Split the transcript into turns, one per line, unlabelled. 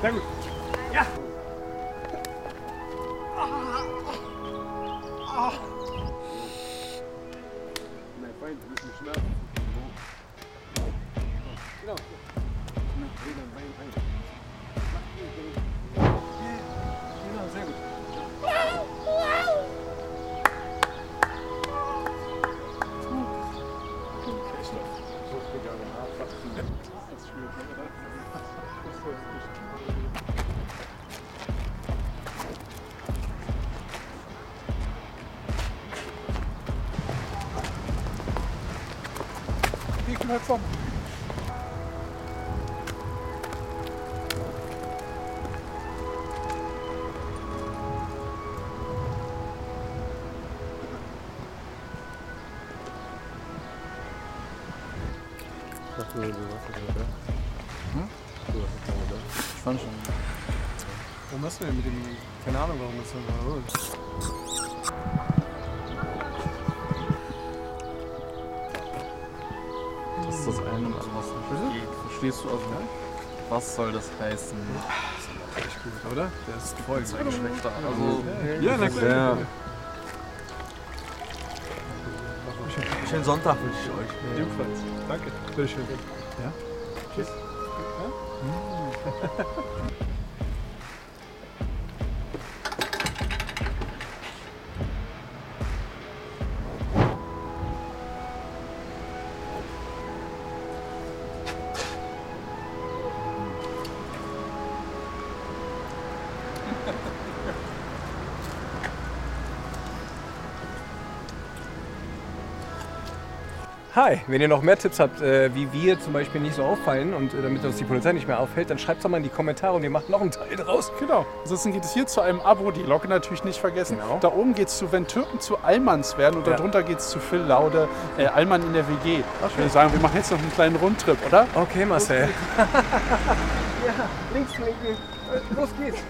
Sehr gut.
Mein Freund, ein bisschen Schmerz. Genau. Mit Rädern, Bein, Bein.
Genau, sehr gut.
So ist egal, wenn Haarfratzen. Das spürt man, oder? Das hört sich nicht.
Ich bin halt vom.
Ach so, du hast es oder?
Hm?
Du hast es oder?
Fand schon. Warum hast du denn mit dem. Keine Ahnung, warum das so war.
Das ist das eine und das andere. Verstehst du auch nicht? Was soll das heißen?
Echt gut, oder? Der ist voll
Zwei Geschlechter. Also,
Ja, na klar.
Ja.
Schönen Sonntag wünsche ich euch.
Ebenfalls. Danke. Bitteschön. Ja? Tschüss. Hi, wenn ihr noch mehr Tipps habt, äh, wie wir zum Beispiel nicht so auffallen und äh, damit uns die Polizei nicht mehr auffällt, dann schreibt es doch mal in die Kommentare und wir machen noch einen Teil draus.
Genau. Ansonsten geht es hier zu einem Abo, die Glocke natürlich nicht vergessen.
Genau.
Da oben geht es zu Wenn Türken zu Allmanns werden und
Ja.
darunter geht es zu Phil Laude, äh, Allmann in der WG. Ich würde sagen, wir machen jetzt noch einen kleinen Rundtrip, oder?
Okay, Marcel.
Links klinken. Los geht's.